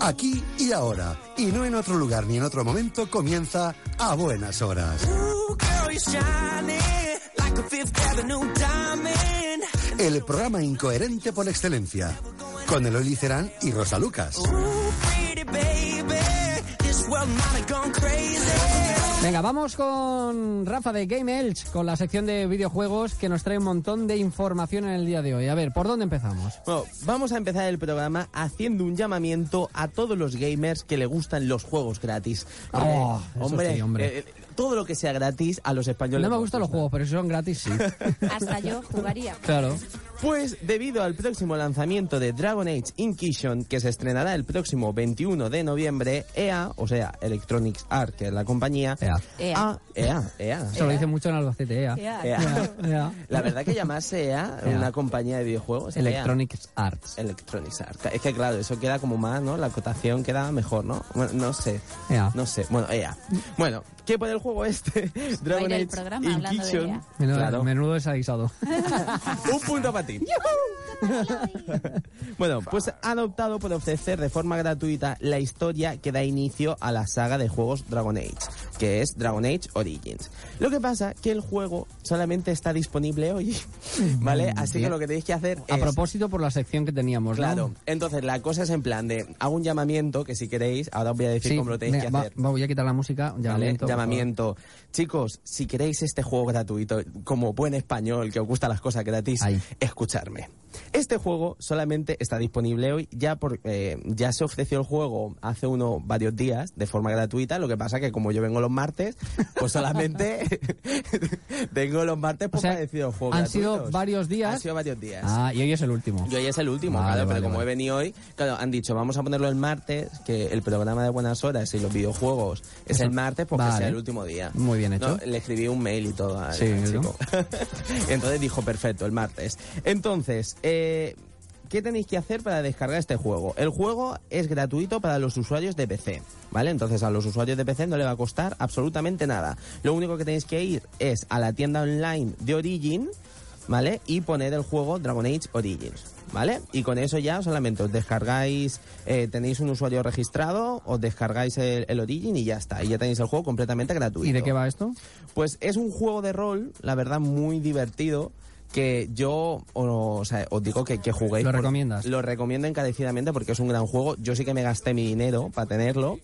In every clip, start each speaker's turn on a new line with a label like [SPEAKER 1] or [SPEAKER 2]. [SPEAKER 1] aquí y ahora, y no en otro lugar ni en otro momento, comienza a buenas horas. El programa incoherente por excelencia, con Eloy Cerán y Rosa Lucas.
[SPEAKER 2] Venga, vamos con Rafa de Game Elch, con la sección de videojuegos que nos trae un montón de información en el día de hoy. A ver, ¿por dónde empezamos?
[SPEAKER 3] Bueno, vamos a empezar el programa haciendo un llamamiento a todos los gamers que le gustan los juegos gratis.
[SPEAKER 2] Oh, eso sí, hombre.
[SPEAKER 3] eh, eh, todo lo que sea gratis a los españoles.
[SPEAKER 2] No me
[SPEAKER 3] nos
[SPEAKER 2] gustan los
[SPEAKER 3] gusta.
[SPEAKER 2] juegos, pero si son gratis, sí.
[SPEAKER 4] Hasta yo jugaría.
[SPEAKER 2] Claro.
[SPEAKER 3] Pues debido al próximo lanzamiento de Dragon Age Inquisition, que se estrenará el próximo 21 de noviembre, EA, o sea, Electronics Arts, que es la compañía,
[SPEAKER 2] EA.
[SPEAKER 3] Ah, EA, EA.
[SPEAKER 2] Eso lo dice mucho en Albacete, EA.
[SPEAKER 4] Ya,
[SPEAKER 3] EA.
[SPEAKER 2] EA.
[SPEAKER 3] E La verdad que llamarse EA,
[SPEAKER 2] EA.
[SPEAKER 3] una compañía de videojuegos, E EA.
[SPEAKER 2] Electronics Arts.
[SPEAKER 3] Electronics Arts. Es que claro, eso queda como más, ¿no? La acotación queda mejor, ¿no? Bueno, no sé.
[SPEAKER 2] EA.
[SPEAKER 3] No sé. Bueno, ella. Bueno, ¿qué pone el juego este?
[SPEAKER 4] ir Pues el programa hablando de EA.
[SPEAKER 2] Menudo,
[SPEAKER 3] Claro.
[SPEAKER 2] menudo desaguisado.
[SPEAKER 3] Un punto para ti. bueno, pues han optado por ofrecer de forma gratuita la historia que da inicio a la saga de juegos Dragon Age, que es Dragon Age Origins. Lo que pasa que el juego solamente está disponible hoy, ¿vale? Así que lo que tenéis que hacer es...
[SPEAKER 2] A propósito, por la sección que teníamos, ¿no?
[SPEAKER 3] Claro, entonces la cosa es en plan de, hago un llamamiento, que si queréis, ahora os voy a decir
[SPEAKER 2] Sí,
[SPEAKER 3] cómo lo tenéis
[SPEAKER 2] venga,
[SPEAKER 3] que
[SPEAKER 2] va-
[SPEAKER 3] hacer.
[SPEAKER 2] va, voy a quitar la música.
[SPEAKER 3] ¿vale?
[SPEAKER 2] Llamamiento. por favor.
[SPEAKER 3] Llamamiento. Chicos, si queréis este juego gratuito, como buen español que os gustan las cosas gratis,
[SPEAKER 2] Ahí.
[SPEAKER 3] escucharme. Este juego solamente está disponible hoy, ya por, eh, ya se ofreció el juego hace unos varios días de forma gratuita, lo que pasa que como yo vengo los martes, pues solamente vengo los martes
[SPEAKER 2] O
[SPEAKER 3] pues
[SPEAKER 2] sea,
[SPEAKER 3] para decir los juegos
[SPEAKER 2] han sido
[SPEAKER 3] gratuitos.
[SPEAKER 2] varios días.
[SPEAKER 3] Han sido varios días.
[SPEAKER 2] Ah, y hoy es el último.
[SPEAKER 3] Yo hoy es el último,
[SPEAKER 2] Vale,
[SPEAKER 3] claro,
[SPEAKER 2] vale,
[SPEAKER 3] pero como
[SPEAKER 2] vale.
[SPEAKER 3] he venido hoy, claro, han dicho, vamos a ponerlo el martes, que el programa de Buenas Horas y los videojuegos es el martes, porque
[SPEAKER 2] Vale.
[SPEAKER 3] sea el último día.
[SPEAKER 2] Muy bien hecho.
[SPEAKER 3] No, le escribí un mail y todo al,
[SPEAKER 2] Sí,
[SPEAKER 3] al
[SPEAKER 2] ¿no?
[SPEAKER 3] chico. Entonces dijo, perfecto, el martes. Entonces, eh, ¿Qué tenéis que hacer para descargar este juego? El juego es gratuito para los usuarios de PC, ¿vale? Entonces a los usuarios de PC no le va a costar absolutamente nada. Lo único que tenéis que ir es a la tienda online de Origin, ¿vale? Y poner el juego Dragon Age Origins, ¿vale? Y con eso ya solamente os descargáis, eh, tenéis un usuario registrado, os descargáis el, el Origin y ya está. Y ya tenéis el juego completamente gratuito.
[SPEAKER 2] ¿Y de qué va esto?
[SPEAKER 3] Pues es un juego de rol, la verdad, muy divertido. Que yo o, o sea, os digo que, que juguéis.
[SPEAKER 2] ¿Lo
[SPEAKER 3] por-
[SPEAKER 2] recomiendas?
[SPEAKER 3] Lo recomiendo encarecidamente porque es un gran juego. Yo sí que me gasté mi dinero para tenerlo.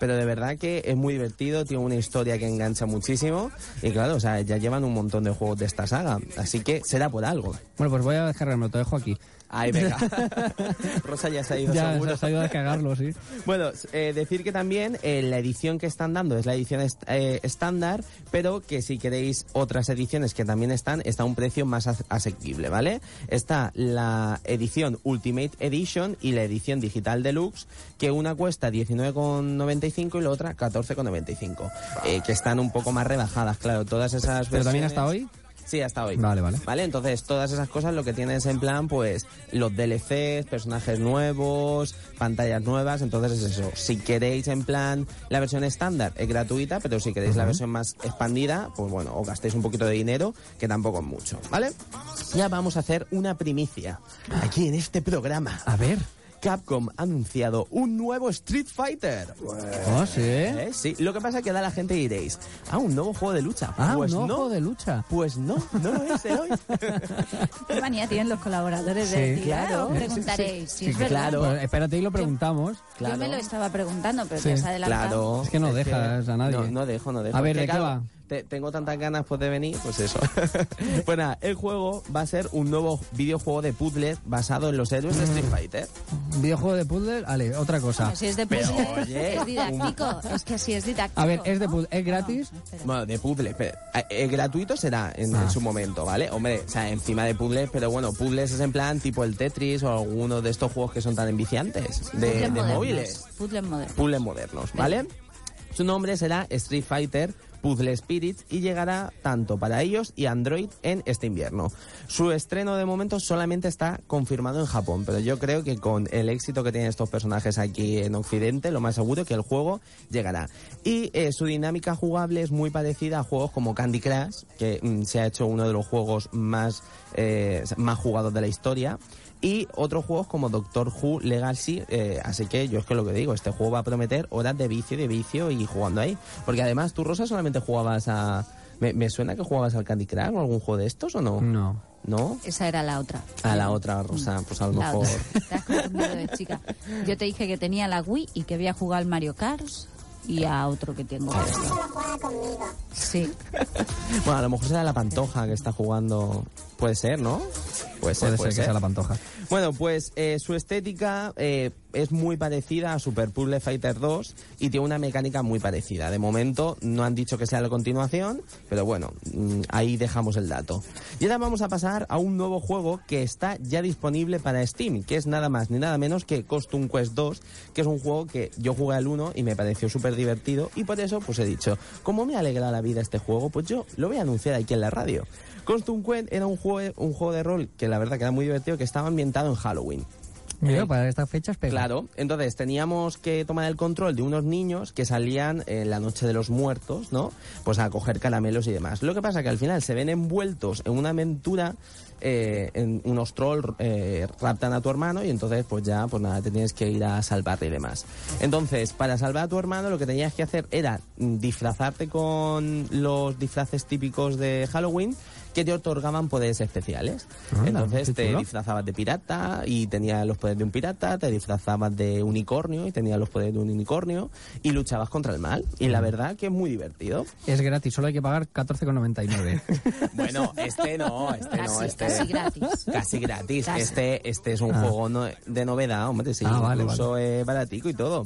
[SPEAKER 3] Pero de verdad que es muy divertido, tiene una historia que engancha muchísimo. Y claro, o sea, ya llevan un montón de juegos de esta saga. Así que será por algo.
[SPEAKER 2] Bueno, pues voy a descargarme, te dejo aquí.
[SPEAKER 3] Ay, venga. Rosa ya se ha ido
[SPEAKER 2] Ya,
[SPEAKER 3] seguro.
[SPEAKER 2] se ha ido a descargarlo, sí.
[SPEAKER 3] Bueno, eh, decir que también eh, la edición que están dando es la edición est- eh, estándar, pero que si queréis otras ediciones que también están, está a un precio más as- asequible, ¿vale? Está la edición Ultimate Edition y la edición digital deluxe, que una cuesta 19,95 y la otra 14,95, eh, que están un poco más rebajadas, claro, todas esas
[SPEAKER 2] Pero también
[SPEAKER 3] versiones-
[SPEAKER 2] hasta hoy.
[SPEAKER 3] Sí, hasta hoy.
[SPEAKER 2] Vale, vale.
[SPEAKER 3] Vale, entonces todas esas cosas lo que tienes en plan, pues los DLCs, personajes nuevos, pantallas nuevas, entonces es eso. Si queréis en plan la versión estándar es gratuita, pero si queréis la versión más expandida, pues bueno, os gastéis un poquito de dinero, que tampoco es mucho, ¿vale? Ya vamos a hacer una primicia aquí en este programa.
[SPEAKER 2] A ver.
[SPEAKER 3] Capcom ha anunciado un nuevo Street Fighter.
[SPEAKER 2] Oh, sí.
[SPEAKER 3] ¿Eh? Sí, lo que pasa es que da la gente y diréis, ah, un nuevo juego de lucha.
[SPEAKER 2] Ah,
[SPEAKER 3] pues
[SPEAKER 2] un nuevo
[SPEAKER 3] no.
[SPEAKER 2] juego de lucha.
[SPEAKER 3] Pues no, no lo es ¿eh? Eloy.
[SPEAKER 4] Qué manía tienen los colaboradores
[SPEAKER 2] Sí,
[SPEAKER 4] de día,
[SPEAKER 3] claro.
[SPEAKER 4] os preguntaréis. si es verdad.
[SPEAKER 3] claro. eh,
[SPEAKER 2] Pues espérate y lo preguntamos.
[SPEAKER 3] Claro.
[SPEAKER 4] Yo me lo estaba preguntando, pero
[SPEAKER 2] Sí.
[SPEAKER 4] te has adelantado.
[SPEAKER 3] Claro.
[SPEAKER 2] Es que no dejas a nadie.
[SPEAKER 3] No, no dejo, no dejo.
[SPEAKER 2] A ver,
[SPEAKER 3] Es que,
[SPEAKER 2] ¿de qué
[SPEAKER 3] claro,
[SPEAKER 2] va?
[SPEAKER 3] te- tengo tantas ganas pues, de venir, pues eso. pues nada, el juego va a ser un nuevo videojuego de puzzles basado en los héroes de Street
[SPEAKER 2] Mm.
[SPEAKER 3] Fighter.
[SPEAKER 2] Videojuego de puzzle, vale, otra cosa.
[SPEAKER 4] Bueno, si es de
[SPEAKER 3] Pero,
[SPEAKER 4] puzzle,
[SPEAKER 3] oye,
[SPEAKER 4] es didáctico. Es que si es didáctico.
[SPEAKER 2] A ver, es de
[SPEAKER 4] ¿no?
[SPEAKER 2] puzzle, es gratis.
[SPEAKER 4] No, espera.
[SPEAKER 3] Bueno, de puzzles, pero eh, eh, gratuito será en,
[SPEAKER 2] Ah.
[SPEAKER 3] en su momento, ¿vale? Hombre, o sea, encima de puzzles, pero bueno, puzzles es en plan tipo el Tetris o alguno de estos juegos que son tan enviciantes de, de
[SPEAKER 4] Puzzles modernos,
[SPEAKER 3] móviles.
[SPEAKER 4] Puzzles modernos.
[SPEAKER 3] puzzles modernos, ¿vale? Su nombre será Street Fighter Puzzle Spirits y llegará tanto para ellos y Android en este invierno. Su estreno de momento solamente está confirmado en Japón, pero yo creo que con el éxito que tienen estos personajes aquí en Occidente, lo más seguro es que el juego llegará. Y eh, su dinámica jugable es muy parecida a juegos como Candy Crush, que mm, se ha hecho uno de los juegos más, eh, más jugados de la historia. Y otros juegos como Doctor Who Legacy. eh, así que yo es que lo que digo, este juego va a prometer horas de vicio, de vicio y jugando ahí. Porque además tú, Rosa, solamente jugabas a... Me, me suena que jugabas al Candy Crush o algún juego de estos o no?
[SPEAKER 2] No.
[SPEAKER 3] ¿No?
[SPEAKER 4] Esa era la otra. Mm.
[SPEAKER 3] A Ah, la otra, Rosa, pues a lo
[SPEAKER 4] La
[SPEAKER 3] mejor...
[SPEAKER 4] otra. Te has confundido de chica. Yo te dije que tenía la Wii y que había jugado al Mario Kart y a otro que tengo.
[SPEAKER 3] Ah.
[SPEAKER 4] Sí.
[SPEAKER 3] Bueno, a lo mejor será la pantoja que está jugando... Puede ser, ¿no? Puede ser,
[SPEAKER 2] Puede ser
[SPEAKER 3] puede
[SPEAKER 2] que sea la pantoja.
[SPEAKER 3] Bueno, pues eh, su estética eh, es muy parecida a Super Puzzle Fighter 2 y tiene una mecánica muy parecida. De momento no han dicho que sea la continuación, pero bueno, mm, ahí dejamos el dato. Y ahora vamos a pasar a un nuevo juego que está ya disponible para Steam, que es nada más ni nada menos que Costume Quest 2, que es un juego que yo jugué al 1 y me pareció súper divertido y por eso pues he dicho, como me alegra la vida este juego, pues yo lo voy a anunciar aquí en la radio. Costume Quest era un juego, un juego de rol que la verdad que era muy divertido, que estaba ambientado en Halloween.
[SPEAKER 2] Mira, para estas fechas, pero.
[SPEAKER 3] Eh, Claro, entonces teníamos que tomar el control de unos niños que salían en la noche de los muertos, ¿no? Pues a coger caramelos y demás. Lo que pasa que al final se ven envueltos en una aventura, eh, en unos trolls eh, raptan a tu hermano y entonces pues ya, pues nada, te tienes que ir a salvarle y demás. Entonces, para salvar a tu hermano lo que tenías que hacer era mm, disfrazarte con los disfraces típicos de Halloween que te otorgaban poderes especiales.
[SPEAKER 2] Anda,
[SPEAKER 3] Entonces
[SPEAKER 2] qué
[SPEAKER 3] te
[SPEAKER 2] chulo.
[SPEAKER 3] disfrazabas de pirata y tenías los poderes de un pirata, te disfrazabas de unicornio y tenías los poderes de un unicornio y luchabas contra el mal. Y la verdad que es muy divertido.
[SPEAKER 2] Es gratis, solo hay que pagar 14,99.
[SPEAKER 3] Bueno, este no, este
[SPEAKER 4] Casi, casi gratis.
[SPEAKER 3] Casi gratis.
[SPEAKER 4] Casi.
[SPEAKER 3] Este, este es un juego no- de novedad, hombre, sí,
[SPEAKER 2] Ah, vale,
[SPEAKER 3] incluso eh, baratico y todo.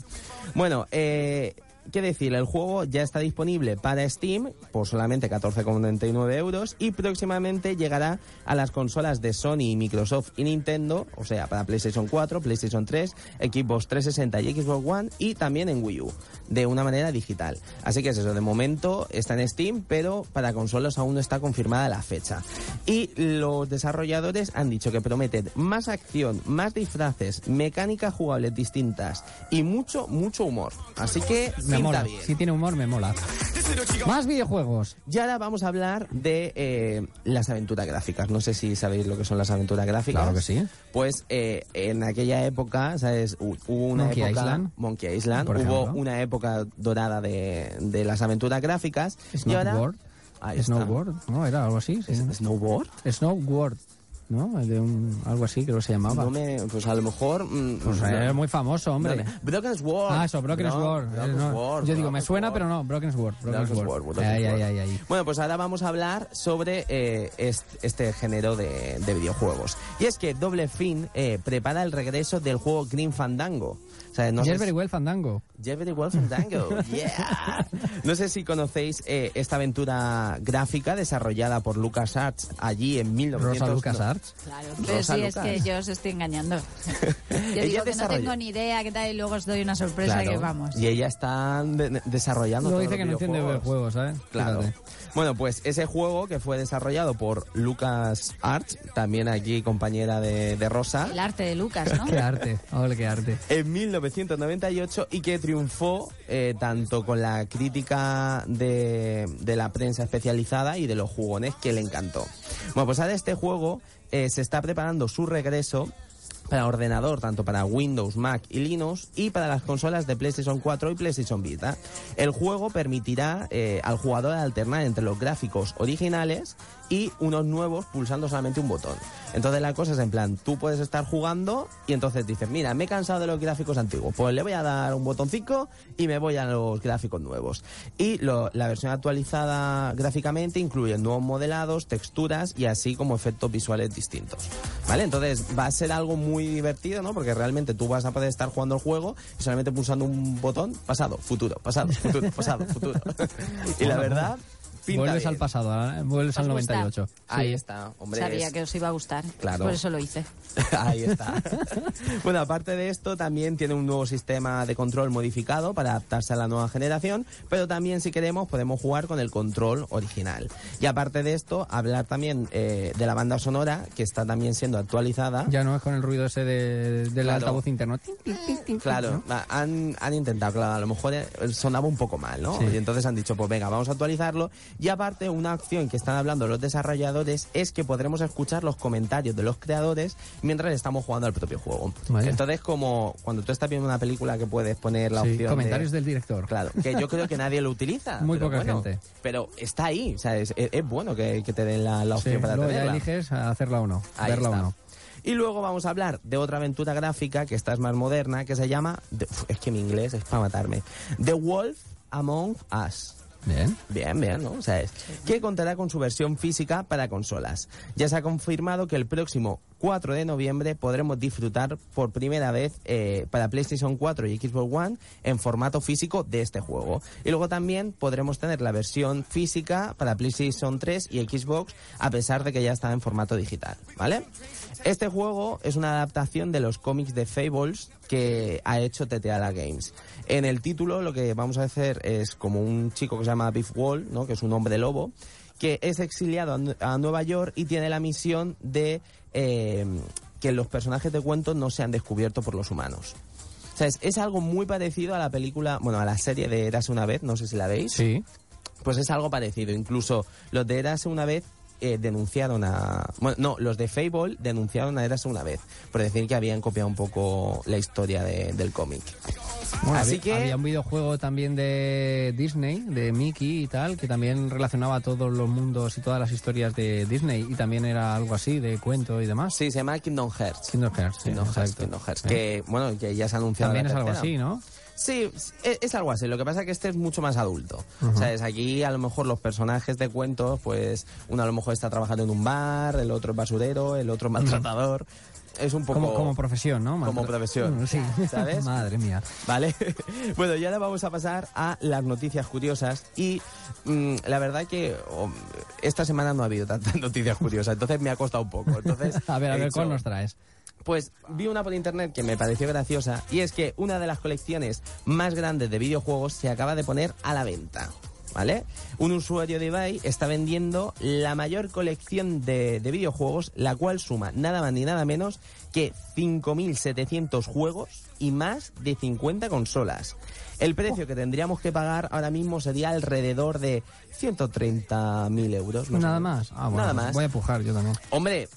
[SPEAKER 3] Bueno, eh, qué decir, el juego ya está disponible para Steam por solamente 14,99 euros y próximamente llegará a las consolas de Sony, Microsoft y Nintendo, o sea, para PlayStation 4, PlayStation 3, Xbox 360 y Xbox One y también en Wii U, de una manera digital. Así que es eso, de momento está en Steam, pero para consolas aún no está confirmada la fecha. Y los desarrolladores han dicho que prometen más acción, más disfraces, mecánicas jugables distintas y mucho, mucho humor. Así que
[SPEAKER 2] me
[SPEAKER 3] pinta
[SPEAKER 2] mola.
[SPEAKER 3] bien.
[SPEAKER 2] Si tiene humor, me mola. Más videojuegos.
[SPEAKER 3] Y ahora vamos a hablar de eh, las aventuras gráficas. No sé si sabéis lo que son las aventuras gráficas.
[SPEAKER 2] Claro que sí.
[SPEAKER 3] Pues eh, en aquella época, ¿sabes? Hu- Hubo una
[SPEAKER 2] Monkey
[SPEAKER 3] época.
[SPEAKER 2] Island.
[SPEAKER 3] Monkey Island.
[SPEAKER 2] Por
[SPEAKER 3] hubo
[SPEAKER 2] ejemplo.
[SPEAKER 3] una época dorada de, de las aventuras gráficas. Y ahora-
[SPEAKER 2] Snowboard.
[SPEAKER 3] Ahí está.
[SPEAKER 2] Snowboard, ¿no? Era algo así. sí.
[SPEAKER 3] ¿Es- ¿Snowboard?
[SPEAKER 2] Snowboard, ¿no? De un- algo así creo que se llamaba.
[SPEAKER 3] No me, pues a lo mejor. mm,
[SPEAKER 2] Pues
[SPEAKER 3] no-
[SPEAKER 2] era muy famoso, hombre.
[SPEAKER 3] no me- Broken Sword.
[SPEAKER 2] Ah, eso, Broken
[SPEAKER 3] No,
[SPEAKER 2] Sword. eh,
[SPEAKER 3] Broken
[SPEAKER 2] no.
[SPEAKER 3] Sword,
[SPEAKER 2] Yo digo,
[SPEAKER 3] Broken
[SPEAKER 2] me suena,
[SPEAKER 3] Sword.
[SPEAKER 2] pero no. Broken Sword. Broken
[SPEAKER 3] Broken
[SPEAKER 2] Sword.
[SPEAKER 3] Sword, Broken
[SPEAKER 2] Ay,
[SPEAKER 3] Sword.
[SPEAKER 2] ay, ay, ay.
[SPEAKER 3] Bueno, pues ahora vamos a hablar sobre eh, est- este, género de, de videojuegos. Y es que Doble Fin eh, prepara el regreso del juego Green Fandango. O sea, no sé
[SPEAKER 2] Jerry
[SPEAKER 3] si-
[SPEAKER 2] Well Fandango.
[SPEAKER 3] Jeffrey Wolf Fandango, yeah. No sé si conocéis eh, esta aventura gráfica desarrollada por LucasArts allí en 1900.
[SPEAKER 2] Rosa Lucas Arts.
[SPEAKER 4] Claro,
[SPEAKER 3] Rosa
[SPEAKER 4] pero sí, es
[SPEAKER 3] Lucas.
[SPEAKER 4] que yo os estoy engañando. Yo
[SPEAKER 3] Ella
[SPEAKER 4] digo que no
[SPEAKER 3] desarrolla.
[SPEAKER 4] tengo ni idea qué tal y luego os doy una sorpresa
[SPEAKER 3] Claro.
[SPEAKER 4] que Pues vamos.
[SPEAKER 3] Y ella está de- desarrollando
[SPEAKER 2] Luego dice
[SPEAKER 3] todos los
[SPEAKER 2] que no entiende videojuegos,
[SPEAKER 3] videojuegos.
[SPEAKER 2] ¿sabes?
[SPEAKER 3] Claro.
[SPEAKER 2] Fíjate.
[SPEAKER 3] Bueno, pues ese juego que fue desarrollado por Lucas Arts, también aquí compañera de, de Rosa,
[SPEAKER 4] El arte de Lucas, ¿no?
[SPEAKER 2] Qué arte. Ole, qué arte.
[SPEAKER 3] en 1998 y que triunfó eh, tanto con la crítica de, de la prensa especializada y de los jugones que le encantó. Bueno, pues ahora este juego eh, se está preparando su regreso para ordenador, tanto para Windows, Mac y Linux, y para las consolas de PlayStation 4 y PlayStation Vita. El juego permitirá eh, al jugador alternar entre los gráficos originales y unos nuevos pulsando solamente un botón. Entonces la cosa es en plan, tú puedes estar jugando y entonces dices, mira, me he cansado de los gráficos antiguos, pues le voy a dar un botoncito y me voy a los gráficos nuevos. Y lo- la versión actualizada gráficamente incluye nuevos modelados, texturas y así como efectos visuales distintos. ¿Vale? Entonces va a ser algo muy divertido, ¿no? Porque realmente tú vas a poder estar jugando el juego y solamente pulsando un botón, pasado, futuro, pasado, futuro, pasado, futuro. y la verdad, pinta
[SPEAKER 2] Vuelves
[SPEAKER 3] bien.
[SPEAKER 2] al pasado, ahora, ¿eh? vuelves
[SPEAKER 4] ¿Os
[SPEAKER 2] al
[SPEAKER 4] gusta?
[SPEAKER 2] 98.
[SPEAKER 3] Ahí
[SPEAKER 2] Sí.
[SPEAKER 3] está, hombre.
[SPEAKER 4] Sabía
[SPEAKER 3] es-
[SPEAKER 4] que os iba a gustar.
[SPEAKER 3] Claro.
[SPEAKER 4] Por eso lo hice.
[SPEAKER 3] Ahí está. bueno, aparte de esto, también tiene un nuevo sistema de control modificado para adaptarse a la nueva generación, pero también si queremos podemos jugar con el control original. Y aparte de esto, hablar también eh, de la banda sonora, que está también siendo actualizada.
[SPEAKER 2] Ya no es con el ruido ese de- del
[SPEAKER 3] Claro.
[SPEAKER 2] altavoz interno. Tin, tin, tin, tin,
[SPEAKER 3] Claro, va, han, han intentado, claro, a lo mejor eh, sonaba un poco mal, ¿no?
[SPEAKER 2] Sí.
[SPEAKER 3] Y entonces han dicho, pues venga, vamos a actualizarlo Y aparte, una acción que están hablando los desarrolladores es que podremos escuchar los comentarios de los creadores mientras estamos jugando al propio juego.
[SPEAKER 2] Vaya.
[SPEAKER 3] Entonces, como cuando tú estás viendo una película que puedes poner la
[SPEAKER 2] Sí,
[SPEAKER 3] opción. de-
[SPEAKER 2] comentarios del director.
[SPEAKER 3] Claro, que yo creo que nadie lo utiliza.
[SPEAKER 2] Muy
[SPEAKER 3] pero
[SPEAKER 2] poca
[SPEAKER 3] bueno,
[SPEAKER 2] gente.
[SPEAKER 3] Pero está ahí, o sea, es, es- es bueno que, que te den la, la
[SPEAKER 2] Sí,
[SPEAKER 3] opción para
[SPEAKER 2] luego ya
[SPEAKER 3] tenerla.
[SPEAKER 2] eliges a hacerla o no,
[SPEAKER 3] Ahí
[SPEAKER 2] verla
[SPEAKER 3] está.
[SPEAKER 2] o no.
[SPEAKER 3] Y luego vamos a hablar de otra aventura gráfica que esta es más moderna, que se llama. The- Uf, es que mi inglés es para matarme. The Wolf Among Us.
[SPEAKER 2] Bien.
[SPEAKER 3] Bien, bien, ¿no? O sea, es que contará con su versión física para consolas. Ya se ha confirmado que el próximo 4 de noviembre podremos disfrutar por primera vez eh, para PlayStation 4 y Xbox One en formato físico de este juego. Y luego también podremos tener la versión física para PlayStation 3 y Xbox a pesar de que ya está en formato digital, ¿vale? Este juego es una adaptación de los cómics de Fables que ha hecho Teteala Games. En el título lo que vamos a hacer es como un chico que se llama Beef Wall, ¿no? que es un hombre lobo, que es exiliado a Nu- a, Nueva York y tiene la misión de eh, que los personajes de cuentos no sean descubiertos por los humanos. O sea, es, es algo muy parecido a la película, bueno, a la serie de Érase una vez, no sé si la veis.
[SPEAKER 2] Sí.
[SPEAKER 3] Pues es algo parecido. Incluso los de Eras una vez eh, denunciaron a. Bueno, no, los de Fable denunciaron a Eras una vez. Por decir que habían copiado un poco la historia de- del cómic.
[SPEAKER 2] Bueno,
[SPEAKER 3] Así
[SPEAKER 2] había,
[SPEAKER 3] que-
[SPEAKER 2] había un videojuego también de Disney, de Mickey y tal, que también relacionaba todos los mundos y todas las historias de Disney y también era algo así de cuento y demás.
[SPEAKER 3] Sí, se llama Kingdom Hearts.
[SPEAKER 2] Kingdom Hearts, sí,
[SPEAKER 3] Kingdom Hearts,
[SPEAKER 2] exacto.
[SPEAKER 3] Kingdom Hearts,
[SPEAKER 2] Sí.
[SPEAKER 3] Que, bueno, que ya se ha anunciado.
[SPEAKER 2] También
[SPEAKER 3] la
[SPEAKER 2] es algo
[SPEAKER 3] tercera.
[SPEAKER 2] así, ¿no?
[SPEAKER 3] Sí, es, es algo así. Lo que pasa es que este es mucho más adulto. ¿Sabes? Aquí a lo mejor los personajes de cuentos, pues uno a lo mejor está trabajando en un bar, el otro es basurero, el otro es maltratador. Es un poco.
[SPEAKER 2] Como, como profesión, ¿no?
[SPEAKER 3] Como
[SPEAKER 2] Maltra-
[SPEAKER 3] profesión,
[SPEAKER 2] Mm, Sí.
[SPEAKER 3] ¿sabes?
[SPEAKER 2] Madre mía.
[SPEAKER 3] ¿Vale? bueno, y ahora vamos a pasar a las noticias curiosas. Y mm, la verdad que oh, esta semana no ha habido tantas noticias curiosas, entonces me ha costado un poco. Entonces,
[SPEAKER 2] A ver, a
[SPEAKER 3] he
[SPEAKER 2] ver,
[SPEAKER 3] dicho,
[SPEAKER 2] ¿cuál nos traes?
[SPEAKER 3] Pues vi una por internet que me pareció graciosa y es que una de las colecciones más grandes de videojuegos se acaba de poner a la venta. ¿Vale? Un usuario de eBay está vendiendo la mayor colección de, de videojuegos, la cual suma nada más ni nada menos que 5.700 juegos y más de 50 consolas. El precio que tendríamos que pagar ahora mismo sería alrededor de 130.000 euros. o
[SPEAKER 2] Nada
[SPEAKER 3] menos.
[SPEAKER 2] más. Ah, bueno,
[SPEAKER 3] Nada más.
[SPEAKER 2] Voy a pujar yo también.
[SPEAKER 3] Hombre,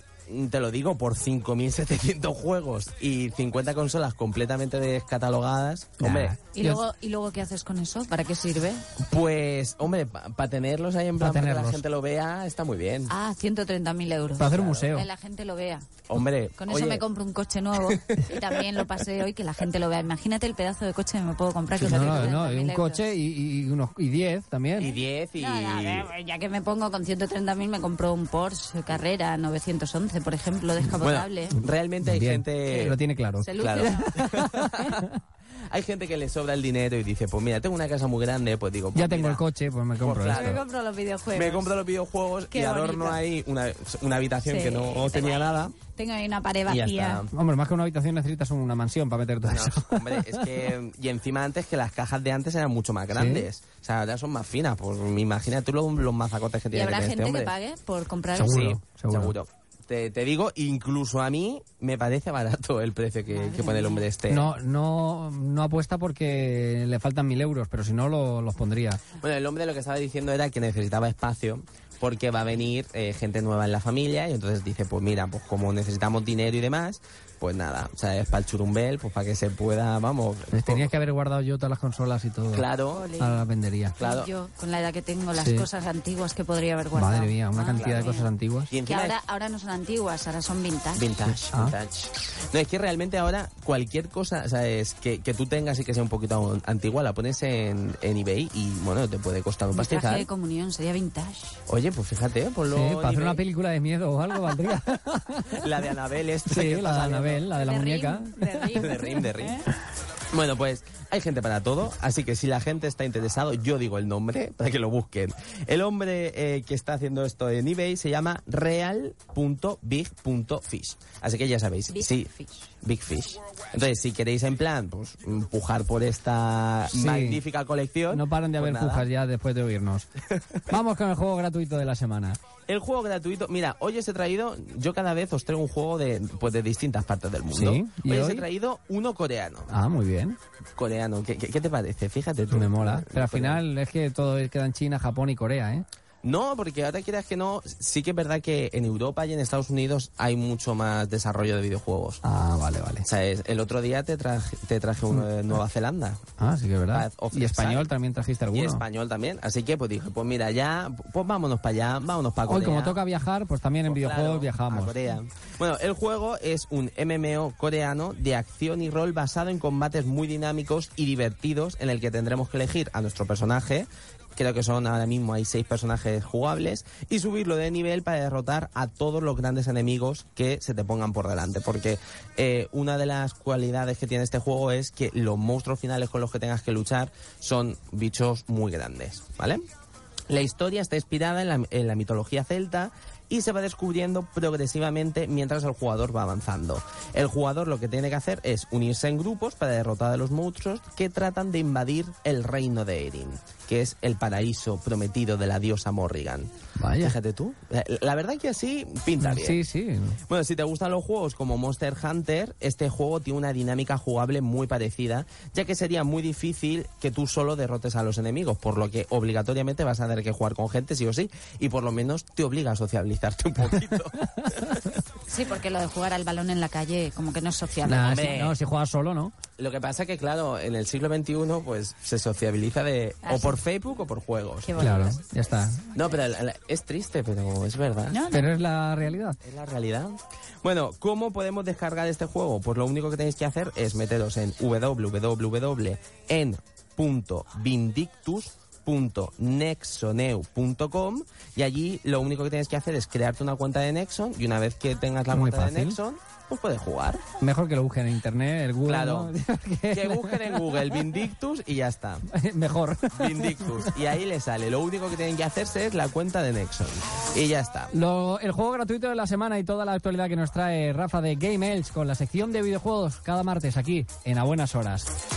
[SPEAKER 3] te lo digo, por 5.700 juegos y 50 consolas completamente descatalogadas,
[SPEAKER 2] Nah.
[SPEAKER 3] hombre,
[SPEAKER 4] ¿Y
[SPEAKER 2] Yo-
[SPEAKER 4] luego, ¿Y luego qué haces con eso? ¿Para qué sirve?
[SPEAKER 3] pues, hombre, para tenerlos ahí en
[SPEAKER 2] Pa
[SPEAKER 3] plan para que la
[SPEAKER 2] tenerlos.
[SPEAKER 3] gente lo vea, está muy bien.
[SPEAKER 4] Ah, 130.000 euros.
[SPEAKER 2] Para hacer un museo.
[SPEAKER 4] Que la gente lo vea.
[SPEAKER 3] Hombre,
[SPEAKER 4] Con eso
[SPEAKER 3] oye,
[SPEAKER 4] me compro un coche nuevo y también lo paseo y que la gente lo vea. Imagínate el pedazo de coche que me puedo comprar. que
[SPEAKER 2] no,
[SPEAKER 4] vale
[SPEAKER 2] no, no, y
[SPEAKER 4] 130.000
[SPEAKER 2] un
[SPEAKER 4] euros.
[SPEAKER 2] coche y, y unos y 10 también.
[SPEAKER 3] y 10 y...
[SPEAKER 4] No, a ver, ya que me pongo con 130.000 me compro un Porsche Carrera 911, por ejemplo,
[SPEAKER 3] Bueno,
[SPEAKER 4] descapotable.
[SPEAKER 3] realmente hay
[SPEAKER 2] Bien,
[SPEAKER 3] gente...
[SPEAKER 2] Lo tiene claro.
[SPEAKER 4] Se
[SPEAKER 3] Claro.
[SPEAKER 4] luce, ¿no?
[SPEAKER 3] hay gente que le sobra el dinero y dice, pues mira, tengo una casa muy grande, pues digo... pues
[SPEAKER 2] Ya tengo
[SPEAKER 3] mira,
[SPEAKER 2] el coche, pues me compro
[SPEAKER 3] Pues
[SPEAKER 2] esto.
[SPEAKER 4] Me compro los videojuegos.
[SPEAKER 3] Me compro los videojuegos
[SPEAKER 4] Qué
[SPEAKER 3] y adorno
[SPEAKER 4] bonito.
[SPEAKER 3] ahí una, una habitación
[SPEAKER 4] Sí,
[SPEAKER 3] que no
[SPEAKER 4] tengo
[SPEAKER 3] tenía
[SPEAKER 4] ahí-
[SPEAKER 3] nada.
[SPEAKER 4] Tengo ahí una pared
[SPEAKER 3] Y ya
[SPEAKER 4] vacía.
[SPEAKER 3] está.
[SPEAKER 2] Hombre, más que una habitación necesitas una mansión para meter todo
[SPEAKER 3] No,
[SPEAKER 2] eso.
[SPEAKER 3] hombre, es que. Y encima antes que las cajas de antes eran mucho más grandes. O sea, ahora son más finas. Pues imagínate los, los mazacotes que
[SPEAKER 4] ¿Y
[SPEAKER 3] tiene
[SPEAKER 4] habrá
[SPEAKER 3] que tener
[SPEAKER 4] gente
[SPEAKER 3] este hombre.
[SPEAKER 4] que pague por comprar
[SPEAKER 2] Seguro.
[SPEAKER 4] eso?
[SPEAKER 3] Sí, seguro.
[SPEAKER 2] seguro.
[SPEAKER 3] Te, te digo, incluso a mí me parece barato el precio que, que pone el hombre este.
[SPEAKER 2] No, no, no apuesta porque le faltan mil euros, pero si no lo- los pondría.
[SPEAKER 3] Bueno, el hombre lo que estaba diciendo era que necesitaba espacio porque va a venir eh, gente nueva en la familia y entonces dice, pues mira, pues como necesitamos dinero y demás, pues nada, o sea, es para el churumbel, pues para que se pueda, vamos.
[SPEAKER 2] Les Pues tenía que haber guardado yo todas las consolas y todo.
[SPEAKER 3] Claro,
[SPEAKER 4] Ole.
[SPEAKER 2] Ahora las vendería.
[SPEAKER 3] claro.
[SPEAKER 4] Yo, con la edad que tengo, las
[SPEAKER 2] Sí.
[SPEAKER 4] cosas antiguas que podría haber guardado.
[SPEAKER 2] Madre mía, una
[SPEAKER 4] Madre
[SPEAKER 2] cantidad de
[SPEAKER 4] mía.
[SPEAKER 2] cosas antiguas.
[SPEAKER 3] Y
[SPEAKER 4] Que
[SPEAKER 3] encima
[SPEAKER 4] ahora, ahora no son antiguas, ahora son vintage.
[SPEAKER 3] Vintage,
[SPEAKER 2] Ah.
[SPEAKER 3] vintage. No, es que realmente ahora cualquier cosa, ¿sabes? Que, que tú tengas y que sea un poquito antigua, la pones en, en eBay y, bueno, te puede costar un
[SPEAKER 4] Mi traje de
[SPEAKER 3] pastizal.
[SPEAKER 4] comunión sería vintage.
[SPEAKER 3] Oye, pues fíjate, por lo...
[SPEAKER 2] Sí, para hacer una película de miedo o algo valdría.
[SPEAKER 3] La de Anabel esta. que
[SPEAKER 2] sí,
[SPEAKER 3] está
[SPEAKER 2] la de
[SPEAKER 3] saliendo.
[SPEAKER 2] Anabel, la Ah, de la
[SPEAKER 4] Rim,
[SPEAKER 2] muñeca.
[SPEAKER 4] de Rim.
[SPEAKER 3] De Rim, de Rim.
[SPEAKER 4] ¿Eh?
[SPEAKER 3] Bueno, pues hay gente para todo, así que si la gente está interesado, yo digo el nombre para que lo busquen. El hombre eh, que está haciendo esto en eBay se llama real.big.fish. Así que ya sabéis,
[SPEAKER 4] Big
[SPEAKER 3] sí,
[SPEAKER 4] Fish.
[SPEAKER 3] Big Fish. Entonces, si queréis en plan, pues empujar por esta
[SPEAKER 2] Sí.
[SPEAKER 3] magnífica colección.
[SPEAKER 2] No paran de
[SPEAKER 3] pues
[SPEAKER 2] haber
[SPEAKER 3] nada.
[SPEAKER 2] pujas ya después de oírnos. Vamos con el juego gratuito de la semana.
[SPEAKER 3] El juego gratuito, mira, hoy os he traído, yo cada vez os traigo un juego de, pues, de distintas partes del mundo.
[SPEAKER 2] Sí, ¿y
[SPEAKER 3] hoy os
[SPEAKER 2] hoy?
[SPEAKER 3] he traído uno coreano.
[SPEAKER 2] Ah, muy bien.
[SPEAKER 3] Coreano, ¿qué, qué- qué te parece? Fíjate tú.
[SPEAKER 2] Me mola. Pero al
[SPEAKER 3] Coreano.
[SPEAKER 2] final es que todo queda en China, Japón y Corea, ¿eh?
[SPEAKER 3] No, porque ahora quieras que no, sí que es verdad que en Europa y en Estados Unidos hay mucho más desarrollo de videojuegos.
[SPEAKER 2] Ah, vale, vale.
[SPEAKER 3] O sea, es- el otro día te traje, te traje uno de Nueva Zelanda.
[SPEAKER 2] Ah, sí que es verdad.
[SPEAKER 3] Path of
[SPEAKER 2] Y español
[SPEAKER 3] Exile.
[SPEAKER 2] también trajiste alguno.
[SPEAKER 3] Y español también. Así que pues dije, pues mira, ya, pues vámonos para allá, vámonos para Corea.
[SPEAKER 2] Hoy como toca viajar, pues también en
[SPEAKER 3] Pues
[SPEAKER 2] videojuegos
[SPEAKER 3] claro, a
[SPEAKER 2] viajamos.
[SPEAKER 3] Corea. Bueno, el juego es un MMO coreano de acción y rol basado en combates muy dinámicos y divertidos en el que tendremos que elegir a nuestro personaje. Creo que son ahora mismo hay seis personajes jugables y subirlo de nivel para derrotar a todos los grandes enemigos que se te pongan por delante. Porque eh, una de las cualidades que tiene este juego es que los monstruos finales con los que tengas que luchar son bichos muy grandes, ¿vale? La historia está inspirada en la, en la mitología celta y se va descubriendo progresivamente mientras el jugador va avanzando. El jugador lo que tiene que hacer es unirse en grupos para derrotar a los monstruos que tratan de invadir el reino de Erin, que es el paraíso prometido de la diosa Morrigan.
[SPEAKER 2] Vaya.
[SPEAKER 3] Fíjate tú. La, la verdad que así pinta bien.
[SPEAKER 2] Sí, sí.
[SPEAKER 3] Bueno, si te gustan los juegos como Monster Hunter, este juego tiene una dinámica jugable muy parecida, ya que sería muy difícil que tú solo derrotes a los enemigos, por lo que obligatoriamente vas a tener que jugar con gente, sí o sí, y por lo menos te obliga a sociabilizarte un poquito.
[SPEAKER 4] Sí, porque lo de jugar al balón en la calle como que no es social.
[SPEAKER 2] Nah,
[SPEAKER 3] hombre.
[SPEAKER 2] si, no, si juegas solo, ¿no?
[SPEAKER 3] lo que pasa que, claro, en el siglo XXI, pues se sociabiliza de
[SPEAKER 4] Ah,
[SPEAKER 3] o
[SPEAKER 4] sí.
[SPEAKER 3] por Facebook o por juegos.
[SPEAKER 4] Qué bonito.
[SPEAKER 2] Claro, ya está.
[SPEAKER 3] No, pero la- la- es triste, pero es verdad.
[SPEAKER 4] No, no.
[SPEAKER 2] Pero es la realidad.
[SPEAKER 3] Es la realidad. Bueno, ¿cómo podemos descargar este juego? Pues lo único que tenéis que hacer es meteros en www.en.vindictus.nexoneu.com y allí lo único que tenéis que hacer es crearte una cuenta de Nexon y una vez que tengas la
[SPEAKER 2] Muy
[SPEAKER 3] cuenta de
[SPEAKER 2] fácil.
[SPEAKER 3] Nexon, pues puedes jugar.
[SPEAKER 2] Mejor que lo busquen en internet, el Google.
[SPEAKER 3] Claro.
[SPEAKER 2] ¿no? Porque-
[SPEAKER 3] Que busquen en Google Vindictus y ya está.
[SPEAKER 2] Mejor.
[SPEAKER 3] Vindictus. Y ahí le sale. Lo único que tienen que hacerse es la cuenta de Nexon. Y ya está.
[SPEAKER 2] Lo- el juego gratuito de la semana y toda la actualidad que nos trae Rafa de Game Elch con la sección de videojuegos cada martes aquí en A Buenas Horas.